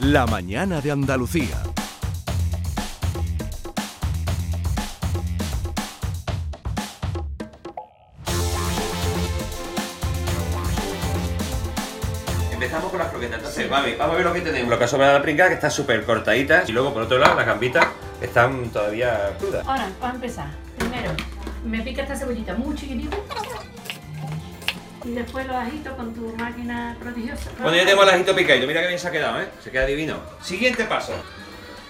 La mañana de Andalucía. Empezamos con las croquetas. Entonces, mami, vamos a ver lo que tenemos. Lo que asoma la pringa que están súper cortaditas. Y luego, por otro lado, las gambitas están todavía crudas. Ahora, para empezar, primero me pica esta cebollita muy chiquitita. Y después lo agito con tu máquina prodigiosa. Bueno, ya tenemos el ajito picadito. Mira qué bien se ha quedado, ¿eh? Se queda divino. Siguiente paso.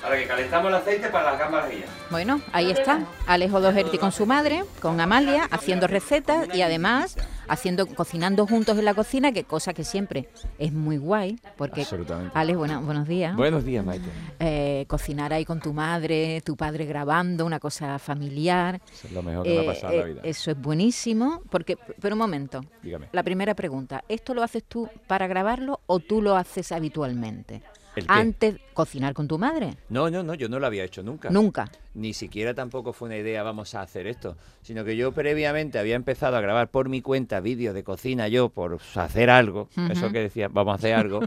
Ahora que calentamos el aceite para las gambas rellenas. Bueno, ahí está, Alejo Doherty con su madre, con Amalia, haciendo recetas y además haciendo cocinando juntos en la cocina, que cosa que siempre es muy guay, porque Absolutamente. Alex, buena- buenos días. Buenos días, Maite. Eh, cocinar ahí con tu madre, tu padre grabando, una cosa familiar. Eso es lo mejor que me ha Eh, pasado en la eh, vida. Eso es buenísimo, porque pero un momento. Dígame. La primera pregunta, ¿esto lo haces tú para grabarlo o tú lo haces habitualmente? ¿El qué? Antes cocinar con tu madre, No, no, no, yo no lo había hecho nunca. nunca. Ni siquiera tampoco fue una idea, vamos a hacer esto. Sino que yo previamente había empezado a grabar por mi cuenta vídeos de cocina, yo por hacer algo. Ujú. Eso que decía, vamos a hacer algo.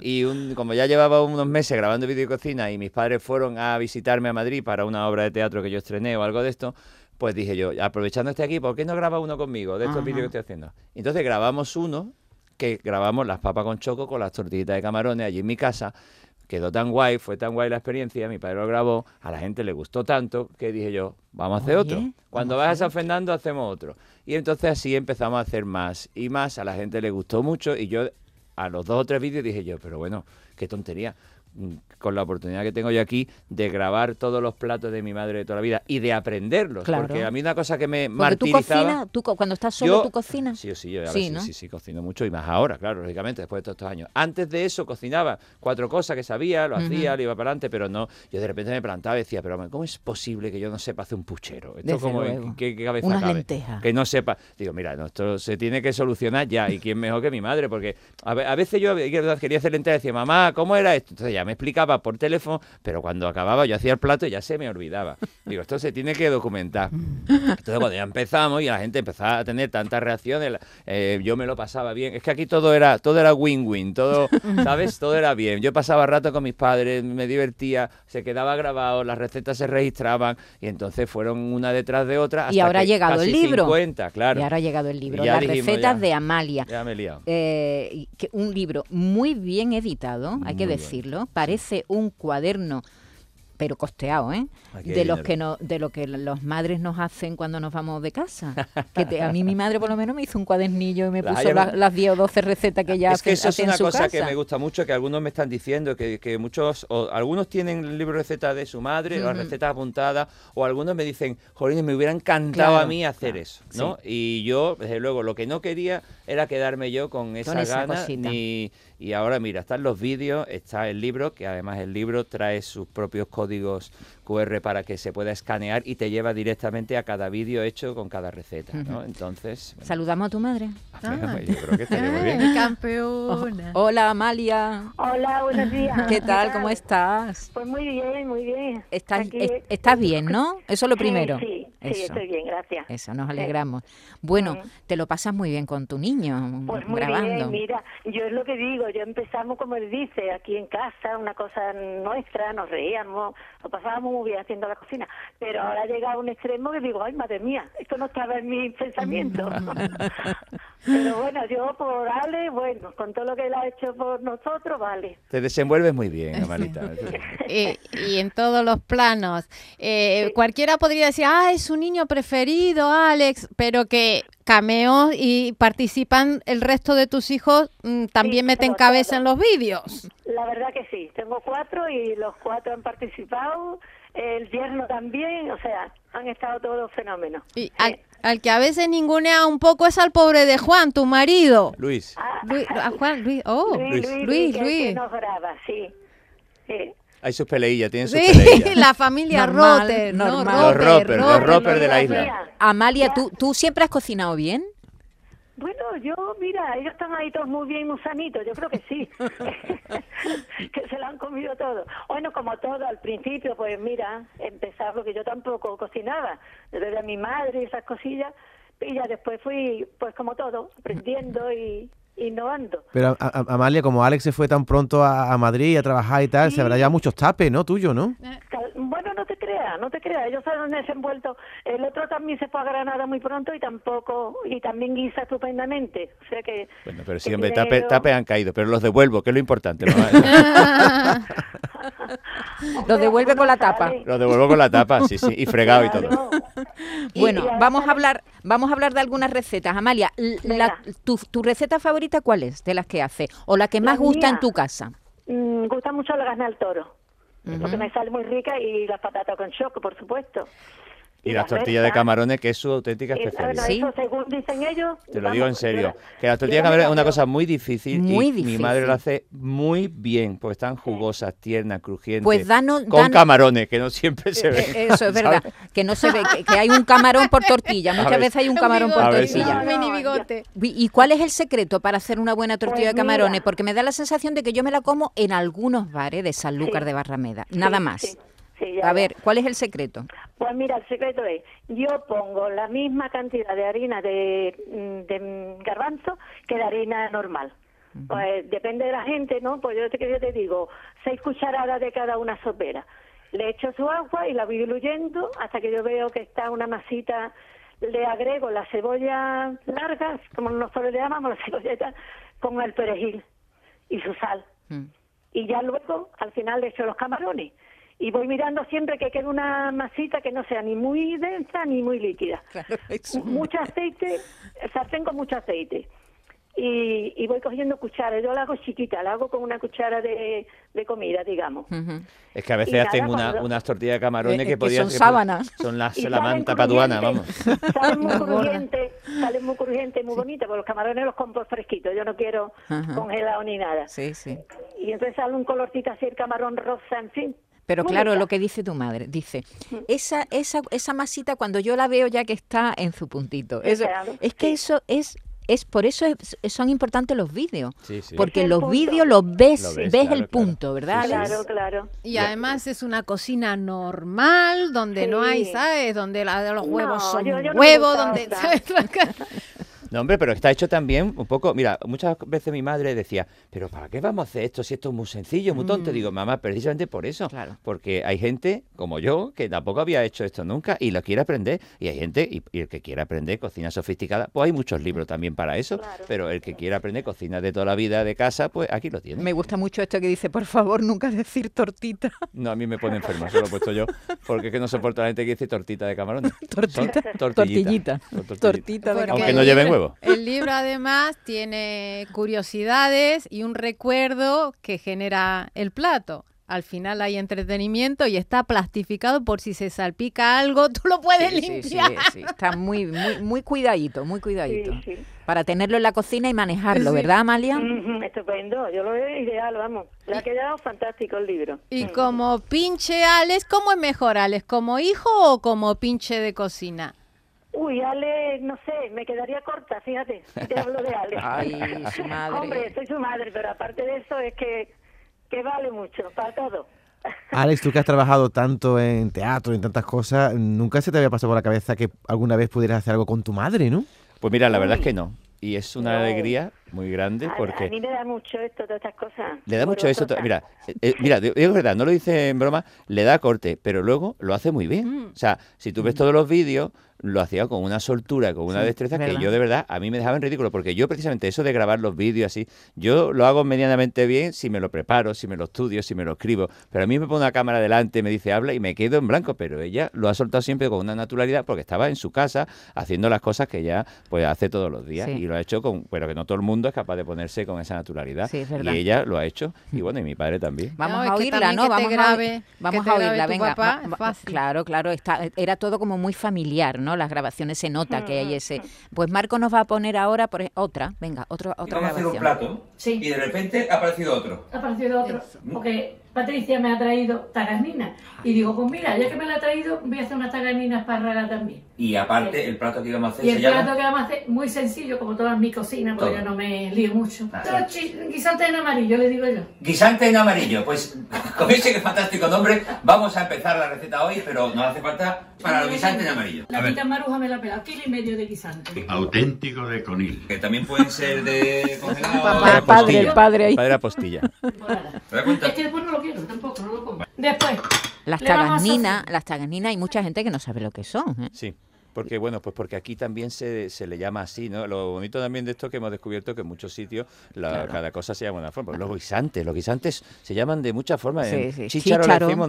y un- como ya llevaba unos meses grabando vídeos de cocina y mis padres fueron a visitarme a Madrid para una obra de teatro que yo estrené o algo de esto. Pues dije yo, aprovechando este aquí, ¿por qué no graba uno conmigo de estos Ajá. vídeos que estoy haciendo? Entonces grabamos uno que grabamos las papas con choco con las tortillitas de camarones allí en mi casa. Quedó tan guay, fue tan guay la experiencia, mi padre lo grabó, a la gente le gustó tanto que dije yo, vamos a hacer Oye, otro. Cuando vamos a vas a San Fernando hacemos otro. Y entonces así empezamos a hacer más y más, a la gente le gustó mucho y yo a los dos o tres vídeos dije yo, pero bueno, qué tontería. Mm, Con la oportunidad que tengo yo aquí de grabar todos los platos de mi madre de toda la vida y de aprenderlos. Claro. Porque a mí una cosa que me Porque tú martirizaba... cocinas, tú, co- cuando estás solo Yo- tú cocinas. Sí, sí, yo ahora Sí, sí, ¿no? sí, sí, cocino mucho y más ahora, claro, lógicamente, después de todos estos años. Antes de eso cocinaba cuatro cosas que sabía, lo hacía, lo iba para adelante, pero no. Yo de repente me plantaba y decía, pero hombre, ¿cómo es posible que yo no sepa hacer un puchero? Esto Desde como luego. ¿qué, qué cabeza Unas cabe? lentejas. Que no sepa. Digo, mira, no, esto se tiene que solucionar ya. ¿Y quién mejor que mi madre? Porque a, ve- a veces yo es verdad, quería hacer lentejas y decía, mamá, ¿cómo era esto? Entonces ya me explicaba por teléfono, pero cuando acababa yo hacía el plato y ya se me olvidaba. Digo, esto se tiene que documentar. Entonces cuando ya empezamos y la gente empezaba a tener tantas reacciones, la- eh, yo me lo pasaba bien. Es que aquí todo era todo era win-win, todo, ¿sabes? Todo era bien. Yo pasaba rato con mis padres, me divertía, se quedaba grabado, las recetas se registraban y entonces fueron una detrás de otra. Y hasta ahora ha que llegado el casi libro. 50, claro. Y ahora ha llegado el libro, Ya Las dijimos, recetas ya. de Amalia. Ya me he liado. Eh, y que un libro muy bien editado, hay que Muy bien. decirlo. Parece un cuaderno, pero costeado, ¿eh? Aquí hay De los dinero. que no, de lo que las madres nos hacen cuando nos vamos de casa. Que te- a mí mi madre por lo menos me hizo un cuadernillo y me Las puso hay- la- las 10 o 12 recetas que ella Ah, es que hace- eso es hace en una su cosa que casa. me gusta mucho, que algunos me están diciendo, que, que muchos, o algunos tienen el libro de recetas de su madre, o las recetas apuntadas, o algunos me dicen, Jolín, me hubiera encantado Claro, a mí hacer claro, eso, ¿no? Y yo, desde luego, lo que no quería era quedarme yo con esa, esa gana, cosita. ni- y ahora mira, están los vídeos, está el libro, que además el libro trae sus propios códigos QR para que se pueda escanear y te lleva directamente a cada vídeo hecho con cada receta, ¿no? Entonces... bueno, Saludamos a tu madre. yo creo que estaría muy bien. campeona. Hola Amalia, Hola, buenos días. ¿qué tal? ¿Cómo estás? Pues muy bien, muy bien. Estás, Aquí- es- estás bien, ¿no? Eso es lo primero. Sí, sí, Eso. estoy bien, gracias. Eso, nos alegramos. Bueno, te lo pasas muy bien con tu niño Pues muy grabando. bien, mira, yo es lo que digo, yo empezamos como él dice, aquí en casa, una cosa nuestra, nos reíamos, lo pasábamos muy bien haciendo la cocina, pero ahora ha llegado a un extremo que digo, ay madre mía, esto no estaba en mi pensamiento. pero bueno, yo por Ale, bueno, con todo lo que él ha hecho por nosotros, vale. Te desenvuelves muy bien, Amalita. Eh, y en todos los planos. Eh, Cualquiera podría decir, ah, es su niño preferido, Alex, pero que cameos y participan el resto de tus hijos mm, también Sí, meten pero cabeza todo. en los vídeos. La verdad que sí, tengo cuatro y los cuatro han participado, el yerno también, o sea, han estado todos fenómenos. Y al, al que a veces ningunea un poco es al pobre de Juan, tu marido. Luis, Ah, Luis, a Juan, Luis, oh, Luis, Luis, que- Luis, que Luis. nos graba, sí. Eh, Sí. hay sus peleillas, tienen sus Sí, peleillas. la familia Normal, Rotter, ¿no? normal. Los Rotter, Roper, los Rotter. Roper de la isla. Mira, Amalia, Ya. ¿tú, ¿tú siempre has cocinado bien? Bueno, yo, mira, ellos están ahí todos muy bien, muy sanitos, yo creo que sí. que se lo han comido todo. Bueno, como todo, al principio, pues mira, empezaba porque yo tampoco cocinaba. Yo veía a mi madre y esas cosillas. Y ya después fui, pues como todo, aprendiendo y, innovando. Pero a- a- Amalia, como Alex se fue tan pronto a, a Madrid a trabajar y tal, se habrá ya muchos tapes, ¿no? Tuyo, ¿no? Cal- Bueno, no te creas, no te creas, ellos se han desenvuelto. El otro también se fue a Granada muy pronto y tampoco, y también guisa estupendamente. O sea que. Bueno, pero sí, que hombre, creo- tape- tapes han caído, pero los devuelvo, que es lo importante. Los, Los devuelve con la tapa. Sale. los devuelvo con la tapa, sí, sí, y fregado y todo. Claro. Y- Bueno, y ahora vamos a sale- hablar, vamos a hablar de algunas recetas. Amalia, l- la- tu, tu receta favorita cuál es de las que haces? O la que La más gusta en mía. tu casa. Mm, gusta mucho la gana al toro. Porque me sale muy rica y las patatas con choco, por supuesto. Y las tortillas de camarón camarones, que es su auténtica especialidad. Sí. Eso según dicen ellos. Te lo digo en vamos, serio. yo- Que las tortillas de yo me camarones es una cambio. cosa muy difícil Muy y mi difícil. madre lo hace muy bien, porque están jugosas, tiernas, crujientes. Pues danos- Con danos- camarones, que no siempre se Eh, ven. eh, Eso es verdad, ¿sabes? que no se ve, que, que hay un camarón por tortilla. A Muchas ver. veces hay un camarón por A ver si- tortilla. Un mini bigote. ¿Y cuál es el secreto para hacer una buena tortilla Pues de camarones? mira. Porque me da la sensación de que yo me la como en algunos bares de Sanlúcar Sí. de Barrameda, nada Sí, más. sí, sí, ya, A ya. ver, ¿cuál es el secreto? Pues mira, el secreto es, yo pongo la misma cantidad de harina de, mm, de mm, garbanzo que de harina normal. Pues depende de la gente, ¿no? Pues yo te, yo te digo, seis cucharadas de cada una sopera. Le echo su agua y la voy diluyendo hasta que yo veo que está una masita. Le agrego las cebollas largas, como nosotros le llamamos, las cebolletas, con el perejil y su sal Mm. y ya luego al final le echo los camarones y voy mirando siempre que quede una masita que no sea ni muy densa ni muy líquida. Mucho aceite, el sartén con mucho aceite. Y, y voy cogiendo cucharas, yo la hago chiquita, la hago con una cuchara de, de comida, digamos. Ujú. Es que a veces Y nada, hacen una- cuando- unas tortillas de camarones Eh, eh, que que podían son ser- sábanas. Son las Y la salen manta paduana, vamos. crujientes, Salen muy Una gorda. crujientes, salen muy crujientes, muy bonitas, porque los camarones los compro fresquitos, yo no quiero Ajá. congelados ni nada. Sí, sí. Y entonces sale un colorcito así, el camarón rosa, en fin. Pero Muy claro, rica. lo que dice tu madre, dice, Mm. esa, esa, esa masita cuando yo la veo ya que está en su puntito. Eso, Claro, es que eso es, es por eso es- son importantes los vídeos. Sí, sí. Porque Es el los punto. vídeos los ves, Lo ves, ves, claro, el claro. punto, ¿verdad? Sí, sí. Alex? Claro, claro. Y además es una cocina normal, donde no hay, Sí. ¿sabes? Donde la- los huevos No, son yo- yo no me huevos, gusta donde, esa. ¿sabes? No, hombre, pero está hecho también un poco. Mira, muchas veces mi madre decía, ¿pero para qué vamos a hacer esto si esto es muy sencillo, muy tonto? Digo, mamá, precisamente por eso. Claro. Porque hay gente, como yo, que tampoco había hecho esto nunca y lo quiere aprender. Y hay gente, y, y el que quiere aprender cocina sofisticada, pues hay muchos libros también para eso. Pero el que quiere aprender cocina de toda la vida de casa, pues aquí lo tiene. Me gusta mucho esto que dice, por favor, nunca decir tortita. No, a mí me pone enfermo, se lo he puesto yo. Porque es que no soporto a la gente que dice tortita de camarones. Tortita. Son Tortillita. Son tortillitas. Tortita de Porque Aunque el no camarón. lleve libro- huevo. El libro además tiene curiosidades y un recuerdo que genera el plato. Al final hay entretenimiento y está plastificado por si se salpica algo, tú lo puedes Sí, sí, sí, limpiar. sí. Está muy, muy, muy cuidadito, muy cuidadito. Sí, Mm. sí. Para tenerlo en la cocina y manejarlo, Sí. ¿verdad, Amalia? Ujú, Estupendo, yo lo veo ideal, vamos. Le ha quedado fantástico el libro. Y como pinche Alex, ¿cómo es mejor Alex? ¿Como hijo o como pinche de cocina? Uy, Ale, no sé, me quedaría corta, fíjate, si te hablo de Ale. Ay, su madre. Hombre, soy su madre, pero aparte de eso es que, que vale mucho, para todo. Alex, tú que has trabajado tanto en teatro, en tantas cosas, nunca se te había pasado por la cabeza que alguna vez pudieras hacer algo con tu madre, ¿no? Pues mira, la verdad es Uy. que no. Y es una No. alegría muy grande A- porque... A, mí me da mucho esto, todas estas cosas. Le da mucho eso. to- borrosas. Mira, eh, eh, mira, digo es verdad, no lo dice en broma, le da corte, pero luego lo hace muy Mm. bien. O sea, si tú ves todos los vídeos, lo hacía con una soltura, con una Sí, destreza verdad. que yo de verdad a mí me dejaba en ridículo, porque yo precisamente eso de grabar los vídeos así, yo lo hago medianamente bien si me lo preparo, si me lo estudio, si me lo escribo, pero a mí me pone una cámara delante, me dice habla y me quedo en blanco, pero ella lo ha soltado siempre con una naturalidad porque estaba en su casa haciendo las cosas que ya pues hace todos los días Sí. y lo ha hecho con, pero que no todo el mundo es capaz de ponerse con esa naturalidad Sí, es y verdad. ella lo ha hecho y bueno, y mi padre también. No, Vamos es a que oírla, también ¿no? que te Vamos grabe- a, vamos que a te grabe oírla, tu venga. papá, es fácil. Claro, claro, está, era todo como muy familiar, ¿no? Las grabaciones se nota que Mm. hay ese. Pues Marco nos va a poner ahora por ej- otra, venga, otro, otra Vamos a hacer un grabación. plato Sí. y de repente ha aparecido otro. Ha aparecido otro. Porque Patricia me ha traído taganinas. Y digo, pues mira, ya que me la ha traído, voy a hacer unas taganinas para también. Y aparte, el plato que íbamos a hacer Y se el llama. plato que vamos a hacer, muy sencillo, como todas mis cocinas, porque Todo. yo no me lío mucho. Ah, Pero chi- guisante en amarillo, le digo yo. Guisante en amarillo, pues con ese fantástico nombre vamos a empezar la receta hoy, pero nos hace falta para los guisantes en amarillo. A La ver, quita maruja me la pela, kilo y medio de guisante. Auténtico de conil. que también pueden ser de congelado. Papá, de padre, costilla. el padre ahí. Padre apostilla. Temporada. ¿Te das cuenta? Es que después no lo quiero, tampoco, no lo como. Después, Las Le vamos a hacer- taganinas, las taganinas, hay mucha gente que no sabe lo que son. ¿eh? Sí. Porque, bueno, pues porque aquí también se, se le llama así, ¿no? Lo bonito también de esto es que hemos descubierto que en muchos sitios la- cada cosa se llama de una forma. Los guisantes, los guisantes se llaman de muchas formas. Sí, En sí. Chícharo Chícharo. le decimos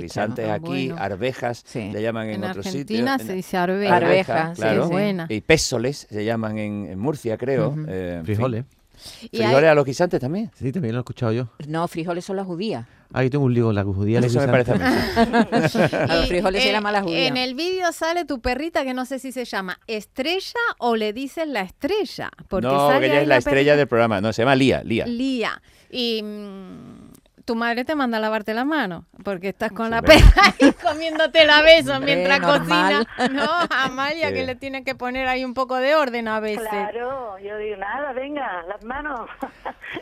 Chícharo. guisantes Ah, aquí, bueno. arvejas Sí. le llaman en, En otros Argentina sitios. se En- dice arveja. Arveja. sí, claro. sí. Buena. Y pésoles se llaman en, en Murcia, creo. eh, en fin. Frijoles. Y hay- Frijoles a los guisantes también. Sí, también lo he escuchado yo. No, frijoles son las judías. Ah, yo tengo un lío, la judía. los Eso me guisantes. parece a mí, sí. A los Y, frijoles se eh, llama la judía. En el vídeo sale tu perrita que no sé si se llama estrella o le dices la estrella. Porque no, sale que ella ahí es la estrella perrita del programa. No, se llama Lía, Lía. Lía. Y mm, tu madre te manda a lavarte la mano porque estás con Sí, la hombre. perra ahí comiéndote la beso Hombre, mientras normal. cocina. No, Amalia Sí. que le tiene que poner ahí un poco de orden a veces. Claro, yo digo, nada, venga, las manos. Ah,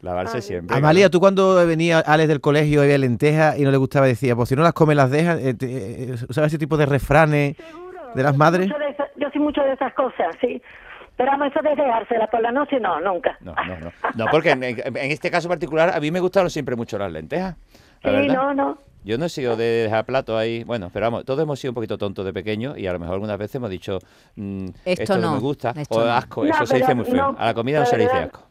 Lavarse siempre. Amalia, tú cuando venía Alex del colegio y había lentejas y no le gustaba, decía, pues si no las comes, las dejas. eh, te- eh, ¿Sabes ese tipo de refranes de las madres? Mucho de esa- yo soy mucho de esas cosas, sí. Pero vamos, eso de dejárselas por la noche, no, nunca. No, no, no. No, porque en, en este caso particular a mí me gustaron siempre mucho las lentejas. la sí, verdad. no, no. Yo no he sido de dejar plato ahí. Bueno, pero vamos, todos hemos sido un poquito tontos de pequeño y a lo mejor algunas veces hemos dicho, mm, esto, no, no, me gusta esto o no. asco. No, eso se dice pero muy feo. no, a la comida no la se le dice verdad- asco.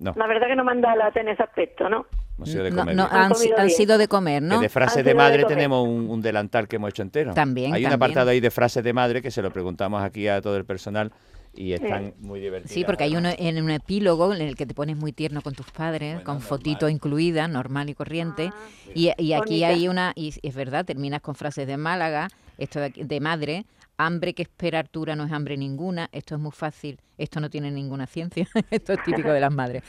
No, La verdad que no me han dado lata en ese aspecto, ¿no? hemos sido Pues de No, comer. no, bien. Han han, si- comido han bien. sido de comer, Que ¿no? de frases Han de sido de madre comer. tenemos un, un delantal que hemos hecho entero. También, Hay un también. apartado ahí de frases de madre que se lo preguntamos aquí a todo el personal y están muy divertidas. Sí, porque hay uno en un epílogo en el que te pones muy tierno con tus padres, con fotito incluida, normal y corriente. y, y aquí Bonita. hay una, y es verdad, terminas con frases de Málaga, esto de, aquí- de madre, hambre que espera Artura no es hambre ninguna, esto es muy fácil, esto no tiene ninguna ciencia, esto es típico de las madres.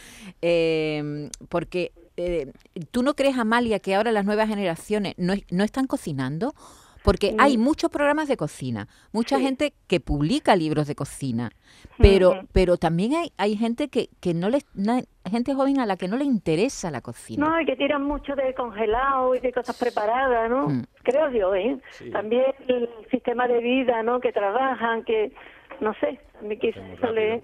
Eh, porque eh, tú no crees, Amalia, que ahora las nuevas generaciones no, es- no están cocinando. Porque hay muchos programas de cocina, mucha gente que publica libros de cocina, pero, Ujú. pero también hay, hay gente que, que no les, na- gente joven a la que no le interesa la cocina. No, y que tiran mucho de congelado y de cosas preparadas, ¿no? Mm. Creo yo, ¿eh? También el sistema de vida, ¿no? Que trabajan, que, no sé, a mí quizás eso le...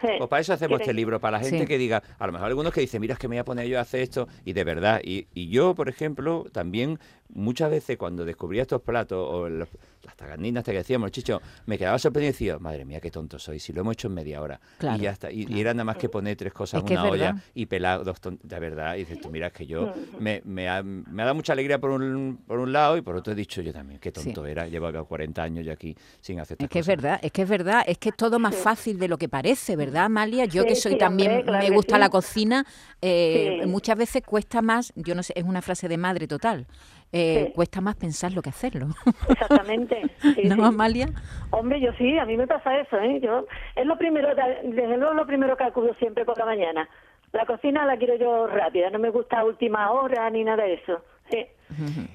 Sí. Pues para eso hacemos este Quieren- libro, para la gente Sí. que diga, a lo mejor algunos que dicen, mira, es que me voy a poner yo a hacer esto, y de verdad, y, y yo, por ejemplo, también muchas veces cuando descubría estos platos, o los- las taganinas que decíamos, chicho, me quedaba sorprendido y decía, madre mía, qué tonto soy, si lo hemos hecho en media hora. Claro, y ya está, y, y era nada más que poner tres cosas Es en que es una olla verdad. y pelar dos ton- de verdad, y dices tú, mira, es que yo, me, me ha, me ha dado mucha alegría por un, por un lado, y por otro he dicho yo también, qué Sí. tonto era, llevo acá 40 años yo aquí sin hacer estas Es que es cosas". verdad, es que es verdad, es que es todo más fácil de lo que parece, ¿verdad, Amalia? Yo Sí, que soy sí, también, hombre, claro me que gusta sí. la cocina, eh, Sí. muchas veces cuesta más, yo no sé, es una frase de madre total, eh, Sí. cuesta más pensarlo que hacerlo. Exactamente. Sí, ¿No, sí. Amalia? Hombre, yo sí, a mí me pasa eso, ¿eh? Yo, es lo primero, desde luego lo primero que acudo siempre por la mañana. La cocina la quiero yo rápida, no me gusta a última hora ni nada de eso. Sí.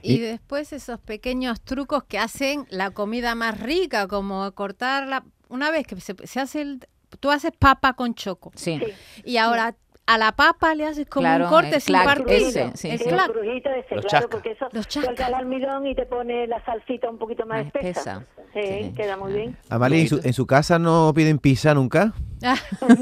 Y después esos pequeños trucos que hacen la comida más rica, como cortarla. Una vez que se, se hace el. Tú haces papa con choco. Sí. Sí. Y ahora a la papa le haces como Claro, un corte el sin clac partido. ese, sí, el sí. clac. crujito ese, Los claro, chasca. porque eso Los chasca. suelta el almidón y te pone la salsita un poquito más, Más espesa. espesa. Sí, Sí. Ah. queda muy bien. Amalia, ¿en su, en su casa no piden pizza nunca?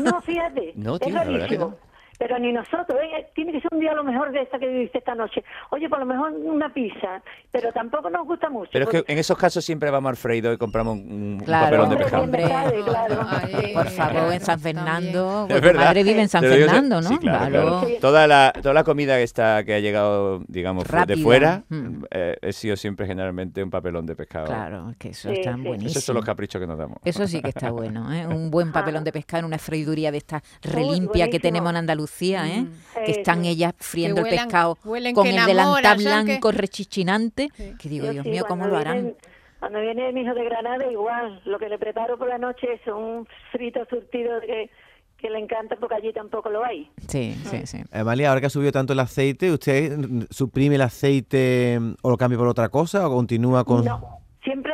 No, fíjate, No, tío, es la verdad que rarísimo. no. Pero ni nosotros, ¿eh? tiene que ser un día a lo mejor de esta que viviste esta noche. Oye, por lo mejor una pizza, pero tampoco nos gusta mucho. Pero es porque- que en esos casos siempre vamos al Fredo y compramos un, un Claro, papelón de hombre, pescado. hombre. Claro, claro. Ay, Por favor, en San también. Fernando, Es tu verdad. madre vive en San Te lo digo yo- Fernando, ¿no? Sí, claro, Claro. claro. Toda, la, toda la comida que está que ha llegado, digamos, fu- de Rápida. fuera, Mm. eh, he sido siempre generalmente un papelón de pescado. Claro, es que eso Sí, Pues está sí. buenísimo. Esos son los caprichos que nos damos. Eso sí que está bueno, ¿eh? Un buen papelón de pescado en una freiduría de esta relimpia que buenísimo. Mm, tenemos en Andalucía, ¿eh? Sí, Que están sí. ellas friendo huelen- el pescado huelen con que el enamora, delantal ya que- blanco rechichinante. Que digo, Yo Dios sí, mío, ¿cómo cuando lo harán? vienen- Cuando viene mi hijo de Granada, igual. Lo que le preparo por la noche es un frito surtido de, que le encanta porque allí tampoco lo hay. Sí, Mm. sí, sí. Amalia, Eh, ahora que ha subido tanto el aceite, ¿usted mm, suprime el aceite mm, o lo cambia por otra cosa o continúa con...? No, siempre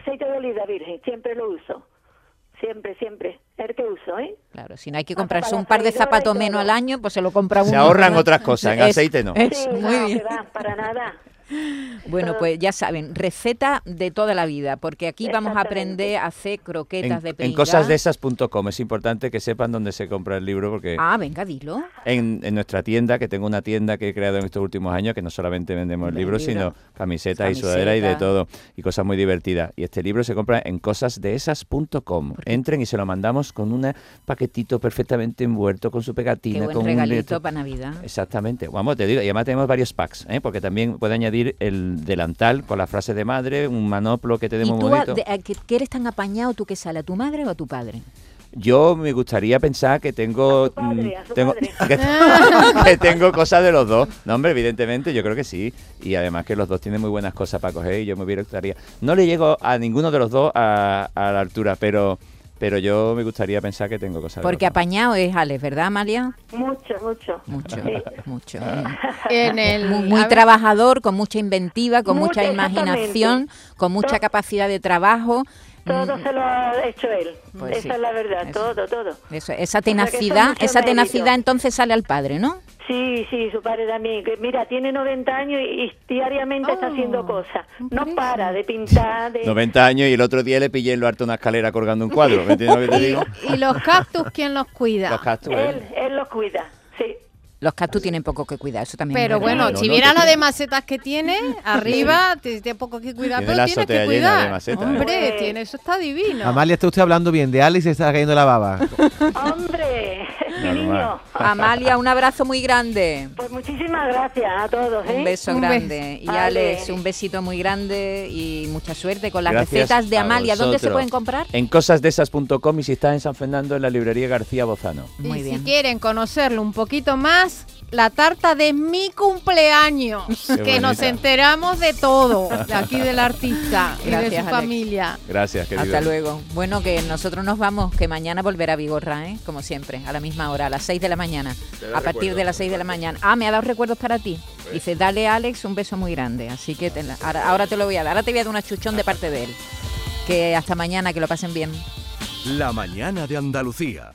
aceite de oliva virgen, siempre lo uso. Siempre, siempre. El que uso, ¿eh? Claro, si no hay que Hasta comprarse para un par de freidora y zapatos todo. menos al año, pues se lo compra uno. Se ahorran ¿verdad? otras cosas, en Es- aceite no. es- Sí, muy no, bien. que va, para nada. Bueno, pues ya saben, receta de toda la vida, porque aquí vamos a aprender Exactamente. a hacer croquetas En, este. de en pringao. cosasdesas.com es importante que sepan dónde se compra el libro porque Ah, venga, dilo. en, en nuestra tienda, que tengo una tienda que he creado en estos últimos años, que no solamente vendemos Hombre, libros, libro. sino camisetas y Camiseta. sudaderas y de todo, y cosas muy divertidas. Y este libro se compra en cosasdeesas.com. Entren y se lo mandamos con un paquetito perfectamente envuelto, con su Qué pegatina, buen con un regalito letrero. para Navidad. Exactamente. Vamos, te digo, y además tenemos varios packs, ¿eh? porque también puede añadir el delantal con la frase de madre, un manoplo que ¿Y tenemos muy tú a- bonito. de- a que que eres tan apañado, tú qué sale, a tu madre o a tu padre? Yo me gustaría pensar que tengo. A su padre, mm, a su tengo- padre. que, que tengo cosas de los dos. No, hombre, evidentemente, yo creo que sí. Y además que los dos tienen muy buenas cosas para coger y yo me hubiera gustaría. No le llego a ninguno de los dos a, a la altura, pero. Pero yo me gustaría pensar que tengo cosas. de Porque los dos. apañado es Alex, ¿verdad, Amalia? Mucho, mucho. Eh, Mucho, Sí. mucho. En el, Muy, muy a ver, trabajador, con mucha inventiva, con Mucho, mucha imaginación, con mucha Todo- capacidad de trabajo. Todo Mm, se lo ha hecho él. Pues Esa sí, es la verdad, eso. todo, todo. eso, esa que eso es tenacidad, mucho esa tenacidad mérito. entonces sale al padre, ¿no? Sí, sí, su padre también. Que mira, tiene 90 años y, y diariamente está Oh, haciendo cosas. No impresionante. para de pintar, de... 90 años y el otro día le pillé en lo harto una escalera colgando un cuadro. ¿Me entiendes lo que te digo? ¿Y los cactus quién los cuida? Los cactus, ¿eh? Él, él los cuida, sí. Los cactus tienen poco que cuidar, eso también. es Pero verdad. bueno, no, si no, vieran te- las de macetas que tiene, arriba, te- tiene poco que cuidar, Tiene pero la tienes que azotea llena de cuidar. macetas, ¿eh? Hombre, Pues- tiene, eso está divino. Amalia, está usted hablando bien de Alice y se está cayendo la baba. ¡Hombre! mi Normal. niño. Amalia, un abrazo muy grande. Pues muchísimas gracias a todos, ¿eh? Un beso Un beso. grande. Y Vale. Alex, un besito muy grande y mucha suerte con las Gracias recetas de a Amalia. ¿Dónde se vosotros. pueden comprar? En cosasdesas.com y si estás en San Fernando, en la librería García Bozano. Y Muy bien. si quieren conocerlo un poquito más, la tarta de mi cumpleaños, que bonita. nos enteramos de todo, de aquí del artista y de su Gracias, Alex. familia. Gracias, querido. Hasta luego. Bueno, que nosotros nos vamos, que mañana volverá Vigorra, ¿eh? como siempre, a la misma hora, a las 6 de la mañana. A partir de las 6 de la mañana. Ah, me ha dado recuerdos para ti. Dice, dale Alex un beso muy grande. Así que te la- ahora, ahora te lo voy a dar. Ahora te voy a dar una chuchón de parte de él. Que hasta mañana, que lo pasen bien. La mañana de Andalucía.